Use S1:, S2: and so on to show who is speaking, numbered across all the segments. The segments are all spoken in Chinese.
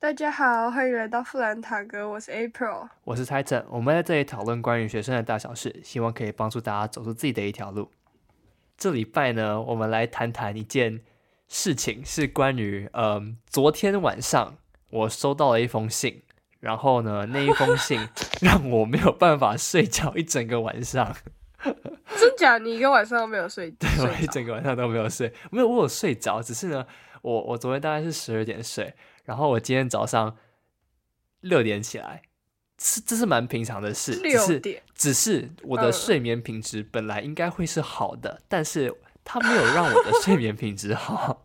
S1: 大家好，欢迎来到富兰塔哥，我是 April。
S2: 我是蔡晨，我们在这里讨论关于学生的大小事，希望可以帮助大家走出自己的一条路。这礼拜呢，我们来谈谈一件事情，是关于嗯、昨天晚上我收到了一封信，然后呢，那一封信 让我没有办法睡觉一整个晚上，
S1: 真假？你一个晚上都没有睡？对
S2: 我一整个晚上都没有睡，没有我有睡着，只是呢，我我昨天大概是十二点睡，然后我今天早上六点起来，是这是蛮平常的事，只
S1: 六
S2: 是
S1: 点，
S2: 只是我的
S1: 嗯
S2: 睡眠品质本来应该会是好的，但是它没有让我的睡眠品质好。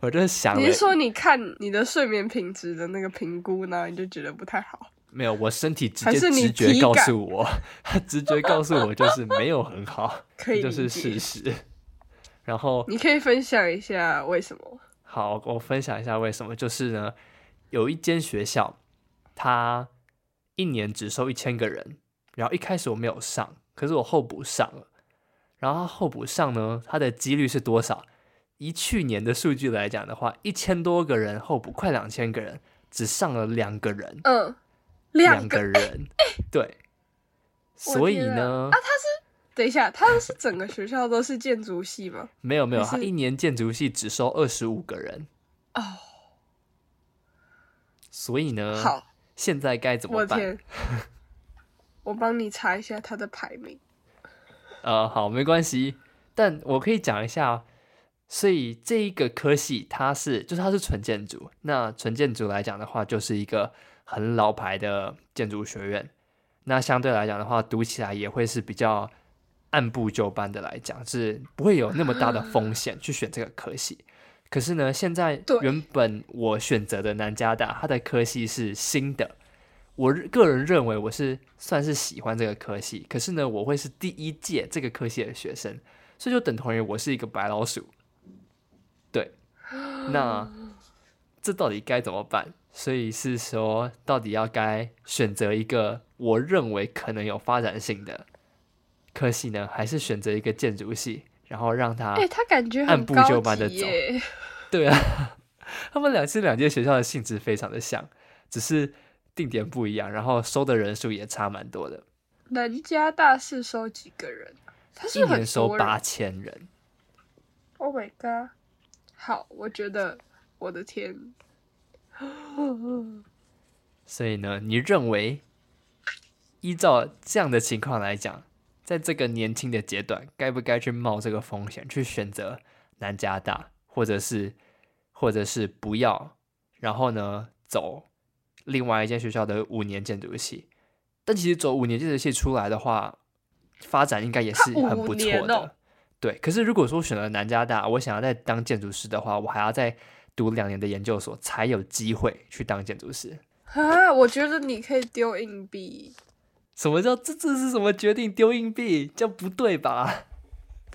S2: 我就想了
S1: 你，是说你看你的睡眠品质的那个评估呢，你就觉得不太好？
S2: 没有，我身体直
S1: 还
S2: 接
S1: 是你
S2: 直觉
S1: 体
S2: 告
S1: 感
S2: 诉我， 直觉告诉我就是没有很好，
S1: 可以
S2: 这就
S1: 理
S2: 是
S1: 解
S2: 事实。 然后
S1: 你可以分享一下为什么？
S2: 好，我分享一下为什么，就是呢，有一间学校，它一年只收一千个人，然后一开始我没有上，可是我候补上了，然后它候补上呢，它的几率是多少？以去年的数据来讲的话，一千多个人候补，快两千个人，只上了两个人，
S1: 嗯，
S2: 两
S1: 两
S2: 个
S1: 个。
S2: 人，对，
S1: 我
S2: 所以
S1: 天啊
S2: 呢，
S1: 等一下，他是整个学校都是建筑系吗？
S2: 没有没有，
S1: 还
S2: 它
S1: 是
S2: 一年建筑系只收二十五个人，
S1: 哦，
S2: 所以呢，
S1: 好，
S2: 现在该怎
S1: 我
S2: 么办？
S1: 天，我帮你查一下他的排名。
S2: 呃，好，没关系，但我可以讲一下，所以这一个科系它是就是它是纯建筑，那纯建筑来讲的话，就是一个很老牌的建筑学院，那相对来讲的话，读起来也会是比较按部就班的来讲，是不会有那么大的风险去选这个科系。可是呢，现在
S1: 对
S2: 原本我选择的南加大，它的科系是新的，我个人认为我是算是喜欢这个科系，可是呢，我会是第一届这个科系的学生，所以就等同于我是一个白老鼠。对，那这到底该怎么办？所以是说，到底要该选择一个我认为可能有发展性的科系呢，还是选择一个建筑系，然后让它
S1: 哎、他感觉
S2: 啊按
S1: 很
S2: 部
S1: 高
S2: 就班地
S1: 级
S2: 走
S1: 耶。
S2: 对啊，他们两是两间学校的性质非常的像，只是定点不一样，然后收的人数也差蛮多的，
S1: 南加大是收几个人啊？他
S2: 一
S1: 是很
S2: 年收
S1: 多人
S2: 八千人。
S1: Oh my god！好，我觉得我的天，
S2: 所以呢，你认为依照这样的情况来讲，在这个年轻的阶段，该不该去冒这个风险去选择南加大，或者是或者是不要，然后呢走另外一间学校的五年建筑系？但其实走五年建筑系出来的话，发展应该也是
S1: 它五
S2: 很不
S1: 年
S2: 错的。
S1: 哦
S2: 对，可是如果说选了南加大，我想要再当建筑师的话，我还要再读两年的研究所，才有机会去当建筑师。
S1: 啊！我觉得你可以丢硬币，
S2: 什么叫这这是什么决定丢硬币？这样不对吧？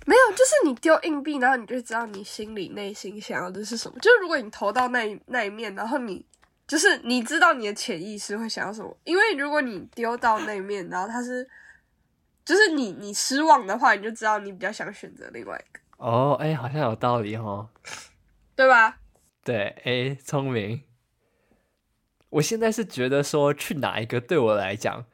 S1: 没有，就是你丢硬币，然后你就知道你心里内心想要的是什么。就是如果你投到那一那一面，然后你就是你知道你的潜意识会想要什么，因为如果你丢到那一面，然后它是就是你你失望的话，你就知道你比较想选择另外一个，
S2: 哦，哎、好像有道理哦。
S1: 对吧？
S2: 对，哎、聪明。我现在是觉得说去哪一个对我来讲，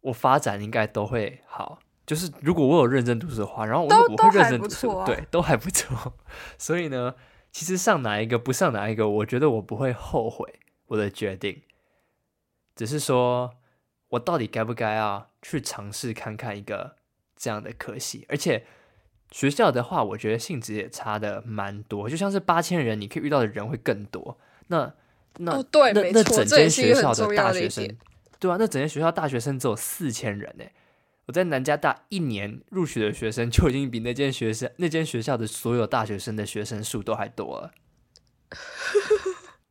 S2: 我发展应该都会好。就是如果我有认真读书的话，然后我
S1: 都
S2: 我
S1: 都
S2: 会认
S1: 还
S2: 真
S1: 不
S2: 读书，
S1: 错啊
S2: 对，都还不错。 所以呢，其实上哪一个不上哪一个，我觉得我不会后悔我的决定，只是说我到底该不该啊去尝试看看一个这样的科系，而且学校的话，我觉得性质也差的蛮多，就像是八千人，你可以遇到的人会更多。那那、
S1: 哦对
S2: 那
S1: 没
S2: 那
S1: 错
S2: 整
S1: 这也
S2: 间
S1: 是一
S2: 学
S1: 个很
S2: 校
S1: 重要
S2: 大
S1: 的
S2: 学
S1: 一
S2: 生
S1: 点，
S2: 对啊，那整间学校大学生只有四千人呢。我在南加大一年入学的学生就已经比那间学生那间学校的所有大学生的学生数都还多了。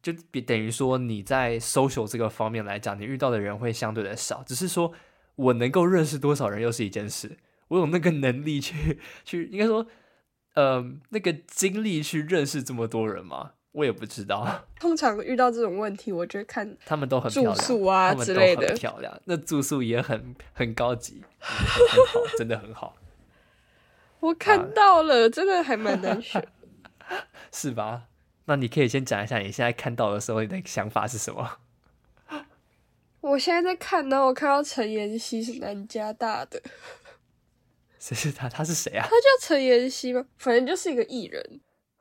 S2: 就比等于说你在 social 这个方面来讲，你遇到的人会相对的少。只是说我能够认识多少人又是一件事，我有那个能力去去，应该说，呃，那个精力去认识这么多人吗？我也不知道，
S1: 通常遇到这种问题，我就会看
S2: 他们都很漂
S1: 住
S2: 亮，
S1: 宿啊
S2: 他们
S1: 之
S2: 都
S1: 类的
S2: 很。漂亮，那住宿也很很 高级，很好，真的很好，
S1: 我看到了，真的还蛮难选。
S2: 是吧？那你可以先讲一下你现在看到的时候你的想法是什么？
S1: 我现在在看，然后我看到陈妍希是南加大的，
S2: 谁是他？他是谁啊
S1: 他？叫陈妍希吗？反正就是一个艺人。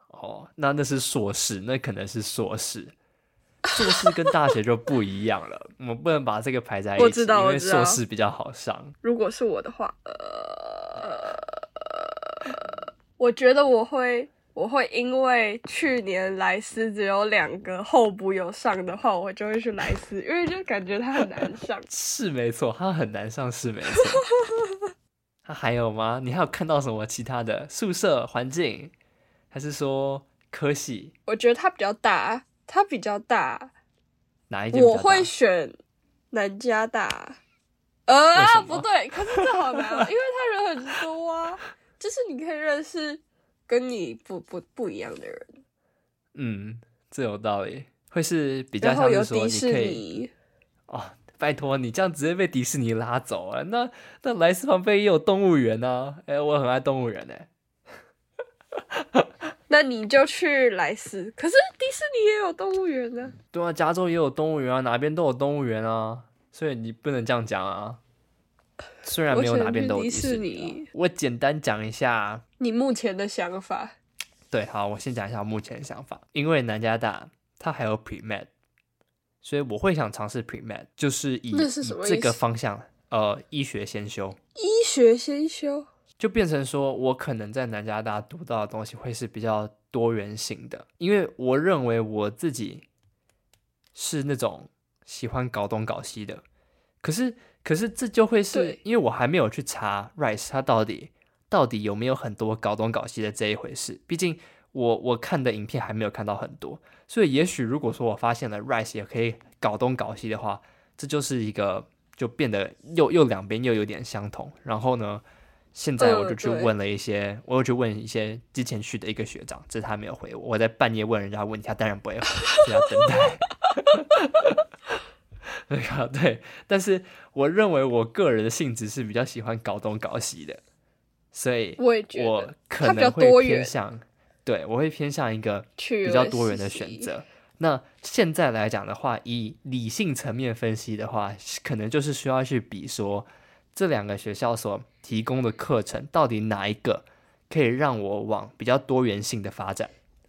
S2: 哦，那那是硕士，那可能是硕士。硕士跟大学就不一样了， 我们不能把这个排在一起，
S1: 我知道
S2: 因
S1: 我
S2: 为
S1: 知道
S2: 硕士比较好上。。
S1: 如果是我的话，呃，我觉得我会，我会因为去年莱斯只有两个候补有上的话，我就会去莱斯，因为就感觉他很难上
S2: 是没错，他很难上是没错。他还有吗？你还有看到什么其他的宿舍环境，还是说科系
S1: 我觉得他比较大，他比较大，
S2: 哪一间比较
S1: 我
S2: 大？
S1: 会选南加大。
S2: 为什
S1: 呃，
S2: 么
S1: 不对，可是这好难哦，因为他人很多啊， 就是你可以认识跟你不不不一样的人，
S2: 嗯，这有道理，会是比较
S1: 然后
S2: 像
S1: 有
S2: 是说
S1: 迪
S2: 你
S1: 士
S2: 可以
S1: 尼。
S2: 哦，拜托你这样直接被迪士尼拉走啊！那那莱斯旁边也有动物园啊，哎、我很爱动物园哎、
S1: 那你就去莱斯。可是迪士尼也有动物园呢、
S2: 对啊，加州也有动物园啊，哪边都有动物园啊，所以你不能这样讲啊。虽然
S1: 我
S2: 没有
S1: 想
S2: 哪边
S1: 去
S2: 都有
S1: 迪
S2: 迪
S1: 士
S2: 士尼啊、
S1: 尼
S2: 我简单讲一下。
S1: 你目前的想法，
S2: 对，好，我先讲一下目前的想法，因为南加大它还有 pre med，所以我会想尝试 pre med，就是以
S1: 那是
S2: 以
S1: 什么
S2: 这
S1: 意
S2: 个
S1: 思
S2: 方向，呃，医学先修。
S1: 医学先修。
S2: 就变成说我可能在南加大读到的东西会是比较多元性的，因为我认为我自己是那种喜欢搞东搞西的，可是可是这就会是
S1: 对
S2: 因为我还没有去查 Rice 它到底到底有没有很多搞东搞西的这一回事，毕竟我我看的影片还没有看到很多，所以也许如果说我发现了 Rice 也可以搞东搞西的话，这就是一个就变得又又两边又有点相同。然后呢，现在我
S1: 呃
S2: 就去
S1: 对
S2: 问了一些，我又去问一些之前去的一个学长，这是他没有回我。我在半夜问人家问题，他当然不会回，所以要等待。 对啊，对，但是我认为我个人的性质是比较喜欢搞东搞西的，所以
S1: 我也觉
S2: 我
S1: 得
S2: 可
S1: 它比较
S2: 能会
S1: 多
S2: 偏
S1: 元
S2: 向，对我会偏向一个
S1: 去
S2: 比较
S1: 了
S2: 多元的
S1: 西
S2: 选。择。那现在来讲的话，以理性层面分析的话，可能就是需要去比说这两个学校所提供的课程到底哪一个可以让我往比较多元性的发展。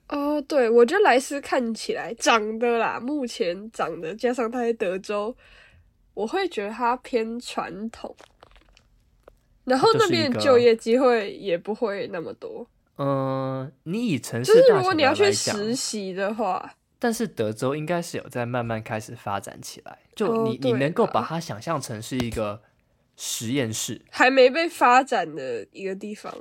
S1: 哦，对，我觉得莱斯看起来长得啦，目前长得加上他在德州，我会觉得他偏传统。然后
S2: 它就
S1: 那
S2: 是一
S1: 边
S2: 个
S1: 就业机会也不会那么多，
S2: 嗯、你以城
S1: 就
S2: 市
S1: 是
S2: 大
S1: 如
S2: 学
S1: 果你
S2: 来
S1: 要去
S2: 讲
S1: 实习的话，
S2: 但是德州应该是有在慢慢开始发展起来，就
S1: 哦
S2: 你、你
S1: 对
S2: 能够
S1: 啦
S2: 把它想象成是一个实验室，
S1: 还没被发展的一个地方。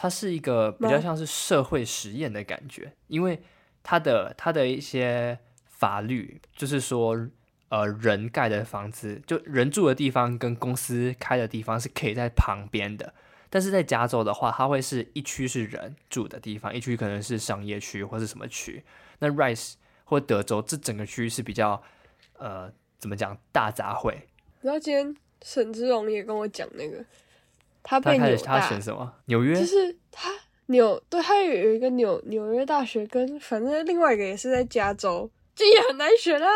S2: 它是一个比较
S1: 吗
S2: 像是社会实验的感觉，因为它的它的一些法律，就是说，呃，人盖的房子，就人住的地方跟公司开的地方是可以在旁边的，但是在加州的话，它会是一区是人住的地方，一区可能是商业区或是什么区。那 Rice 或德州这整个区是比较，呃，怎么讲大杂烩？
S1: 你知道今天沈之龙也跟我讲那个，他
S2: 他
S1: 被
S2: 开
S1: 纽
S2: 始他
S1: 大
S2: 选，什么？纽约？
S1: 就是他纽对，他有有一个纽纽约大学跟反正另外一个也是在加州，这也很难选啊。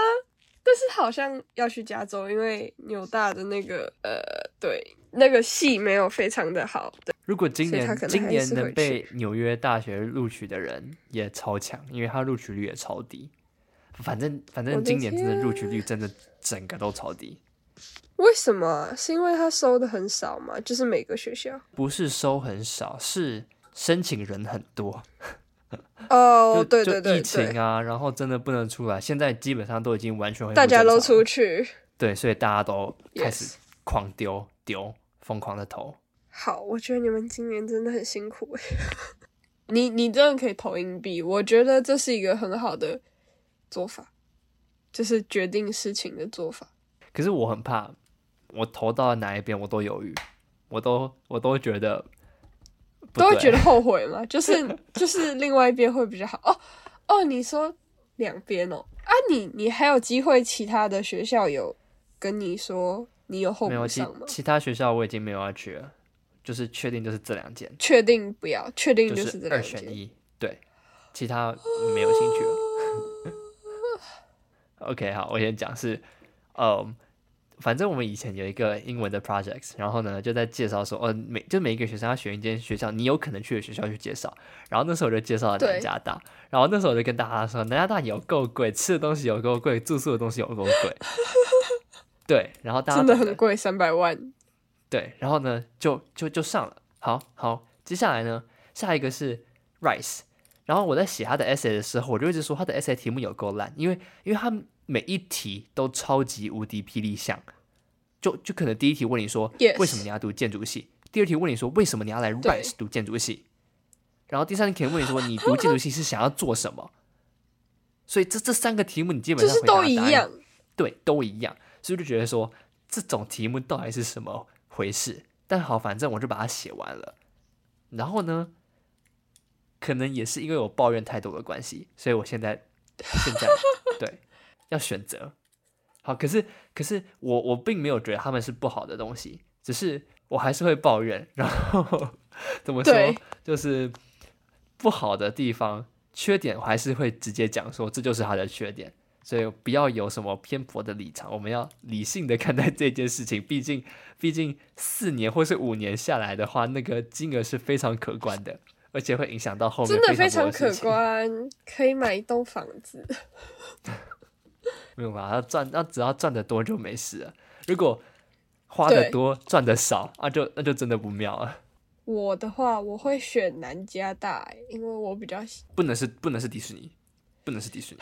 S1: 但是好像要去加州，因为纽大的那个呃，对那个系没有非常的好，对，
S2: 如果今
S1: 所以他
S2: 年
S1: 可能
S2: 今
S1: 还
S2: 年
S1: 是
S2: 能
S1: 会
S2: 被纽约大学录取的人也超强，因为他录取率也超低。反正反
S1: 我
S2: 正
S1: 的
S2: 今年真的录取率
S1: 天
S2: 真的整个都超低，
S1: 为什么啊？是因为他收的很少嘛？就是每个学校
S2: 不是收很少，是申请人很多。
S1: 哦
S2: 就，
S1: 对
S2: 就
S1: 对对
S2: 疫情
S1: 对，
S2: 啊，然后真的不能出来，现在基本上都已经完全恢复
S1: 大家
S2: 正
S1: 都
S2: 常啊了
S1: 出去。
S2: 对，所以大家都开始
S1: Yes
S2: 狂丢丢，疯狂的投。
S1: 好，我觉得你们今年真的很辛苦哎。 你你真的可以投硬币，我觉得这是一个很好的做法，就是决定事情的做法。
S2: 可是我很怕，我投到哪一边我都犹豫，我都我都觉得不
S1: 都会
S2: 对
S1: 觉得后悔吗？就是就是另外一边会比较好哦哦，你说两边哦啊你，你还有机会，其他的学校有跟你说你有后
S2: 没
S1: 补
S2: 有其
S1: 上吗？
S2: 其他学校我已经没有要去了，就是确定就是这两间，
S1: 确定不要，确定
S2: 就
S1: 就是这
S2: 二
S1: 两
S2: 选
S1: 间。
S2: 一。对，其他没有兴趣了。OK，好，我先讲是，嗯，反正我们以前有一个英文的 project，然后呢就在介绍说，哦，每就每一个学生要选一间学校，你有可能去的学校去介绍。然后那时候我就介绍了
S1: 对
S2: 南加大，然后那时候我就跟大家说，南加大有够贵，吃的东西有够贵，住宿的东西有够贵。 对，然后大家
S1: 真的
S2: 懂
S1: 很贵，三百万。
S2: 对，然后呢，就就就上了。好好，接下来呢，下一个是 Rice。然后我在写他的 essay 的时候，我就一直说他的 essay 题目有够烂，因为因为他每一题都超级无敌霹雳像，就就可能第一题问你说
S1: Yes
S2: 为什么你要读建筑系，第二题问你说为什么你要来
S1: 对
S2: Rice 读建筑系，然后第三题可能问你说你读建筑系是想要做什么，所以这这三个题目你基本
S1: 就
S2: 上
S1: 是
S2: 回答
S1: 都
S2: 的
S1: 一
S2: 答案
S1: 样，
S2: 对，都一样，所以就觉得说这种题目到底是什么回事？但好，反正我就把它写完了。然后呢，可能也是因为我抱怨太多的关系，所以我现在现在对要选择。好，可是可是我我并没有觉得他们是不好的东西，只是我还是会抱怨。然后 怎么说
S1: 对，
S2: 就是不好的地方、缺点，我还是会直接讲说这就是他的缺点。所以不要有什么偏颇的立场，我们要理性的看待这件事情。毕竟，毕竟四年或是五年下来的话，那个金额是非常可观的，而且会影响到后面
S1: 真的非
S2: 非
S1: 常
S2: 常多的
S1: 可
S2: 事情。
S1: 观，可以买一栋房子。
S2: 没有吧？要赚，那只要赚得多就没事了。如果花的
S1: 对
S2: 多，赚的少，那、就那就真的不妙了。
S1: 我的话，我会选南加大、欸因为我比较喜，
S2: 不能是不能是迪士尼，不能是 迪士尼。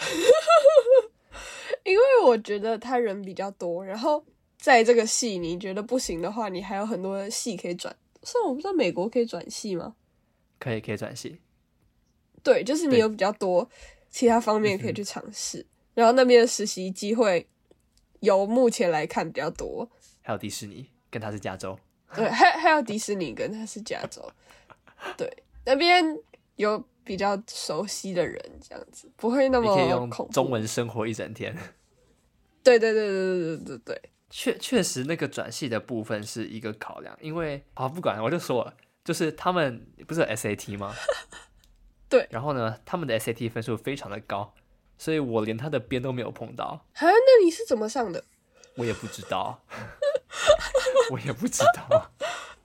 S1: 因为我觉得他人比较多，然后在这个系你觉得不行的话，你还有很多系可以转。虽然我不知道美国可以转系吗？
S2: 可以可以转系，
S1: 对，就是你
S2: 对嗯
S1: 有比较多其他方面可以去尝试，然后那边的实习机会，由目前来看比较多。
S2: 还有迪士尼，跟它是加州。
S1: 对，还还有迪士尼跟它是加州，对，那边有比较熟悉的人，这样子不会那
S2: 你可以
S1: 么
S2: 用
S1: 恐怖。
S2: 中，文生活一整天。
S1: 对对对对对对对对，
S2: 确确实，那个转系的部分是一个考量，因为啊，不管了我就说了，就是他们不是有 SAT 吗？
S1: 对
S2: 然后呢，他们的 SAT 分数非常的高，所以我连他的边都没有碰到，
S1: 啊，那你是怎么上的？
S2: 我也不知道， 我也不知道，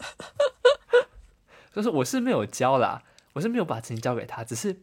S2: 就是我是没有交啦，我是没有把成绩交给他，只是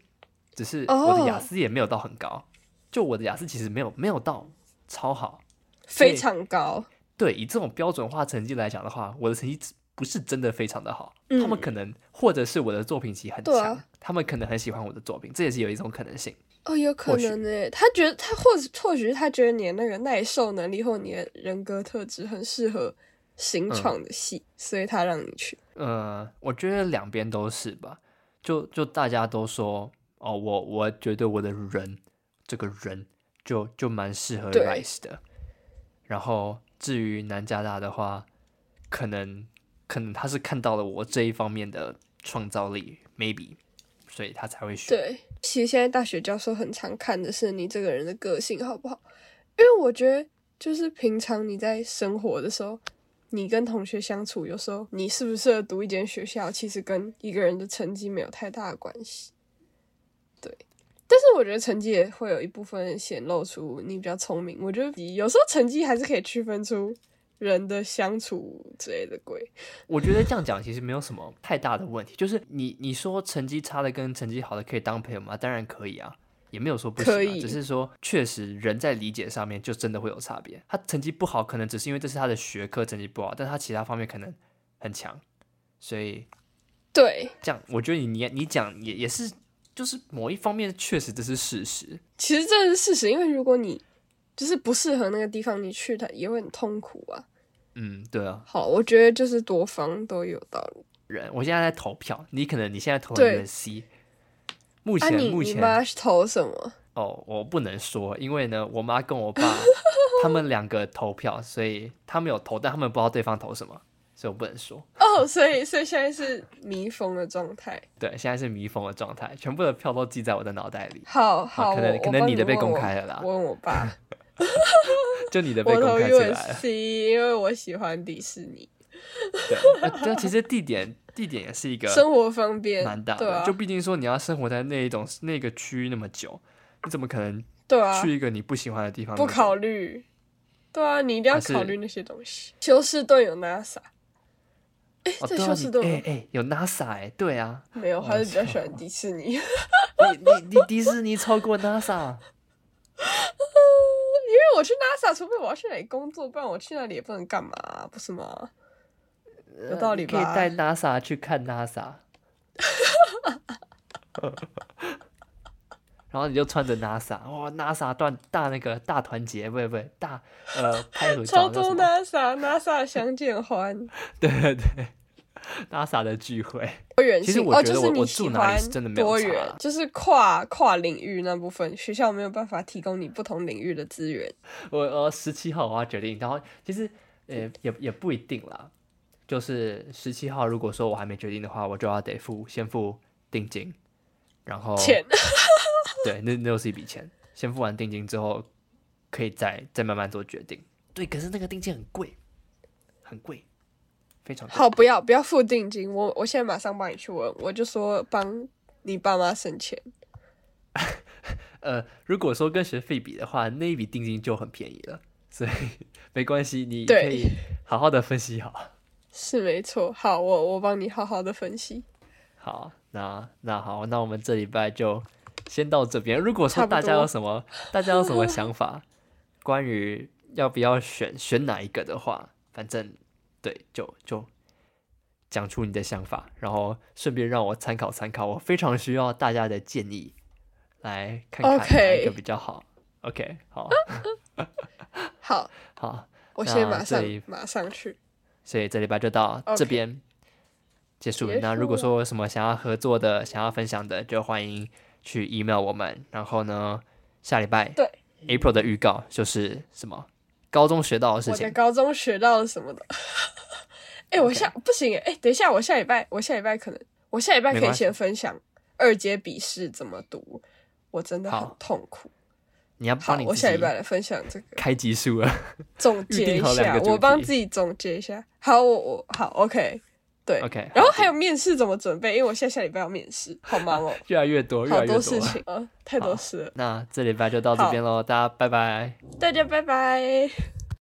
S2: 只是
S1: 哦
S2: 我的雅思也没有到很高，就我的雅思其实没有没有到超好，所以
S1: 非常高，
S2: 对，以这种标准化成绩来讲的话，我的成绩不是真的非常的好。
S1: 嗯
S2: 他们可能或者是我的作品集很
S1: 对
S2: 强，
S1: 啊
S2: 他们可能很喜欢我的作品，这也是有一种可能性。
S1: 哦，有可
S2: 或许
S1: 能诶，他觉得他或者或许是他觉得你的那个耐受能力或你的人格特质很适合新
S2: 嗯
S1: 创的戏，所以他让你去。
S2: 呃，我觉得两边都是吧。就就大家都说哦，我我觉得我的人这个人就就蛮适合
S1: 对
S2: Rice 的。然后至于南加大的话，可能可能他是看到了我这一方面的创造力，maybe，所以他才会选。
S1: 对，其实现在大学教授很常看的是你这个人的个性好不好，因为我觉得就是平常你在生活的时候，你跟同学相处，有时候你适不适合读一间学校，其实跟一个人的成绩没有太大的关系。对，但是我觉得成绩也会有一部分显露出你比较聪明。我觉得有时候成绩还是可以区分出人的相处之类的鬼。
S2: 我觉得这样讲其实没有什么太大的问题，就是你你说成绩差的跟成绩好的可以当朋友吗？当然可以啊，也没有说不行、
S1: 可
S2: 啊，
S1: 以
S2: 只是说确实人在理解上面就真的会有差别。他成绩不好，可能只是因为这是他的学科成绩不好，但他其他方面可能很强，所以
S1: 对，
S2: 这样我觉得你你你讲也也是，就是某一方面确实这是事实，
S1: 其实这是事实，因为如果你就是不适合那个地方，你去它也会很痛苦啊。
S2: 嗯，对啊，
S1: 好，我觉得就是多方都有道理。
S2: 人我现在在投票，你可能你现在投
S1: 对
S2: 你的 C，目
S1: 啊
S2: 前、
S1: 你，
S2: 目
S1: 你
S2: 前
S1: 妈投什么？
S2: 哦，我不能说，因为呢，我妈跟 我爸他们两个投票，所以他们有投，但他们不知道对方投什么，所以我不能说。
S1: 哦，所以所以现在是迷疯的状态。
S2: 对，现在是迷封的状态，全部的票都记在我的脑袋里，
S1: 好好，
S2: 可
S1: 我
S2: 能
S1: 我
S2: 可能
S1: 帮
S2: 你的被
S1: 问
S2: 公
S1: 我
S2: 开了啦
S1: 我问我爸，
S2: 就你的被
S1: 我
S2: 公
S1: 投
S2: 开出来了。
S1: USC，因为我喜欢迪士尼。
S2: 对，呃但其实地点地点也是一个
S1: 生活方便，
S2: 蛮大
S1: 对
S2: 的，
S1: 啊，
S2: 就毕竟说你要生活在那一种那个区域那么久，你怎么可能
S1: 对啊，
S2: 去一个你不喜欢的地方那
S1: 不
S2: 么久？
S1: 考虑，对啊，你一定要
S2: 还是
S1: 考虑那些东西。休斯顿有 NASA，哎，
S2: 哦，
S1: 在
S2: 对
S1: 休
S2: 啊，
S1: 斯
S2: 你
S1: 顿
S2: 哎哎、
S1: 吗
S2: 有 NASA 哎、对啊，
S1: 没有，
S2: 哦
S1: 还是比较喜欢迪士尼，因为
S2: 你你你迪士尼超过 NASA，
S1: 我去 NASA，除非我要去哪里工作，不然我去那里也不能干嘛，不是吗？有道理
S2: 呃你可以
S1: 吧
S2: 带 NASA 去看 NASA，然后你就穿着 NASA，哇、NASA 段大那个大团结，不对不对，大呃拍合
S1: 超
S2: 照叫
S1: 多
S2: 什么？
S1: NASA，NASA 的相见欢，
S2: 对对对，NASA 的聚会。
S1: 多元
S2: 其实
S1: 性
S2: 我
S1: 哦，
S2: 觉得
S1: 就是
S2: 我
S1: 你
S2: 我
S1: 喜
S2: 住哪里是
S1: 欢
S2: 真的没有
S1: 多
S2: 差啊
S1: 元
S2: 啦，
S1: 就是跨跨领域那部分，学校没有办法提供你不同领域的资源。
S2: 我我十七号我要决定，然后其实呃也也不一定啦，就是十七号如果说我还没决定的话，我就要得付先付定金，然后
S1: 钱
S2: 对，那那又是一笔钱，先付完定金之后，可以再再慢慢做决定。对，可是那个定金很贵，很贵，非常贵。
S1: 好，不要不要付定金，我我现在马上帮你去问，我就说帮你爸妈省钱。
S2: 呃，如果说跟学费比的话，那一笔定金就很便宜了，所以 没关系，你可
S1: 对
S2: 以好好的分析好。
S1: 是没错，好，我我帮你好好的分析。
S2: 好，那那好，那我们这礼拜就先到这边。如果
S1: 差
S2: 说
S1: 不
S2: 大家
S1: 多
S2: 有什么，大家有什么想法，关于要不要选选哪一个的话，反正对，就就讲出你的想法，然后顺便让我参考参考。我非常需要大家的建议，来看看哪一个
S1: OK
S2: 比较好。OK，好，
S1: 好，
S2: 好，
S1: 我先
S2: 那
S1: 马
S2: 这
S1: 上
S2: 里
S1: 马上去。
S2: 所以这礼拜就到
S1: OK
S2: 这边结束了。
S1: 结
S2: 那
S1: 束
S2: 如果
S1: 了
S2: 说有什么想要合作的、想要分享的，就欢迎去 email 我们。然后呢，下礼拜
S1: 对
S2: April 的预告就是什么？高中学到的事
S1: 我在
S2: 情。
S1: 高中学到了什么的？ 哎、我下不行哎、诶等一下，我下礼拜，我下礼拜可能，我下礼拜
S2: 没
S1: 可以
S2: 关系
S1: 先分享二阶笔试怎么读，我真的很
S2: 好
S1: 痛苦。
S2: 你要
S1: 好
S2: 帮，你
S1: 我
S2: 自
S1: 下礼
S2: 己
S1: 拜来分享这个，
S2: 开集数了。
S1: 总
S2: 预
S1: 结
S2: 定
S1: 一
S2: 好两
S1: 下
S2: 个，主
S1: 我帮
S2: 题
S1: 自己总结一下。好，我我好，OK，对
S2: OK，
S1: 然后
S2: 好
S1: 还有面试怎么准备？因为我下下礼拜要面试，好忙 哦，
S2: 越来越多，越来
S1: 好
S2: 越
S1: 多
S2: 多
S1: 事
S2: 了。
S1: 情啊，呃太多
S2: 好
S1: 事了。
S2: 那这礼拜就到这
S1: 好
S2: 边喽，大家拜拜。
S1: 大家拜拜。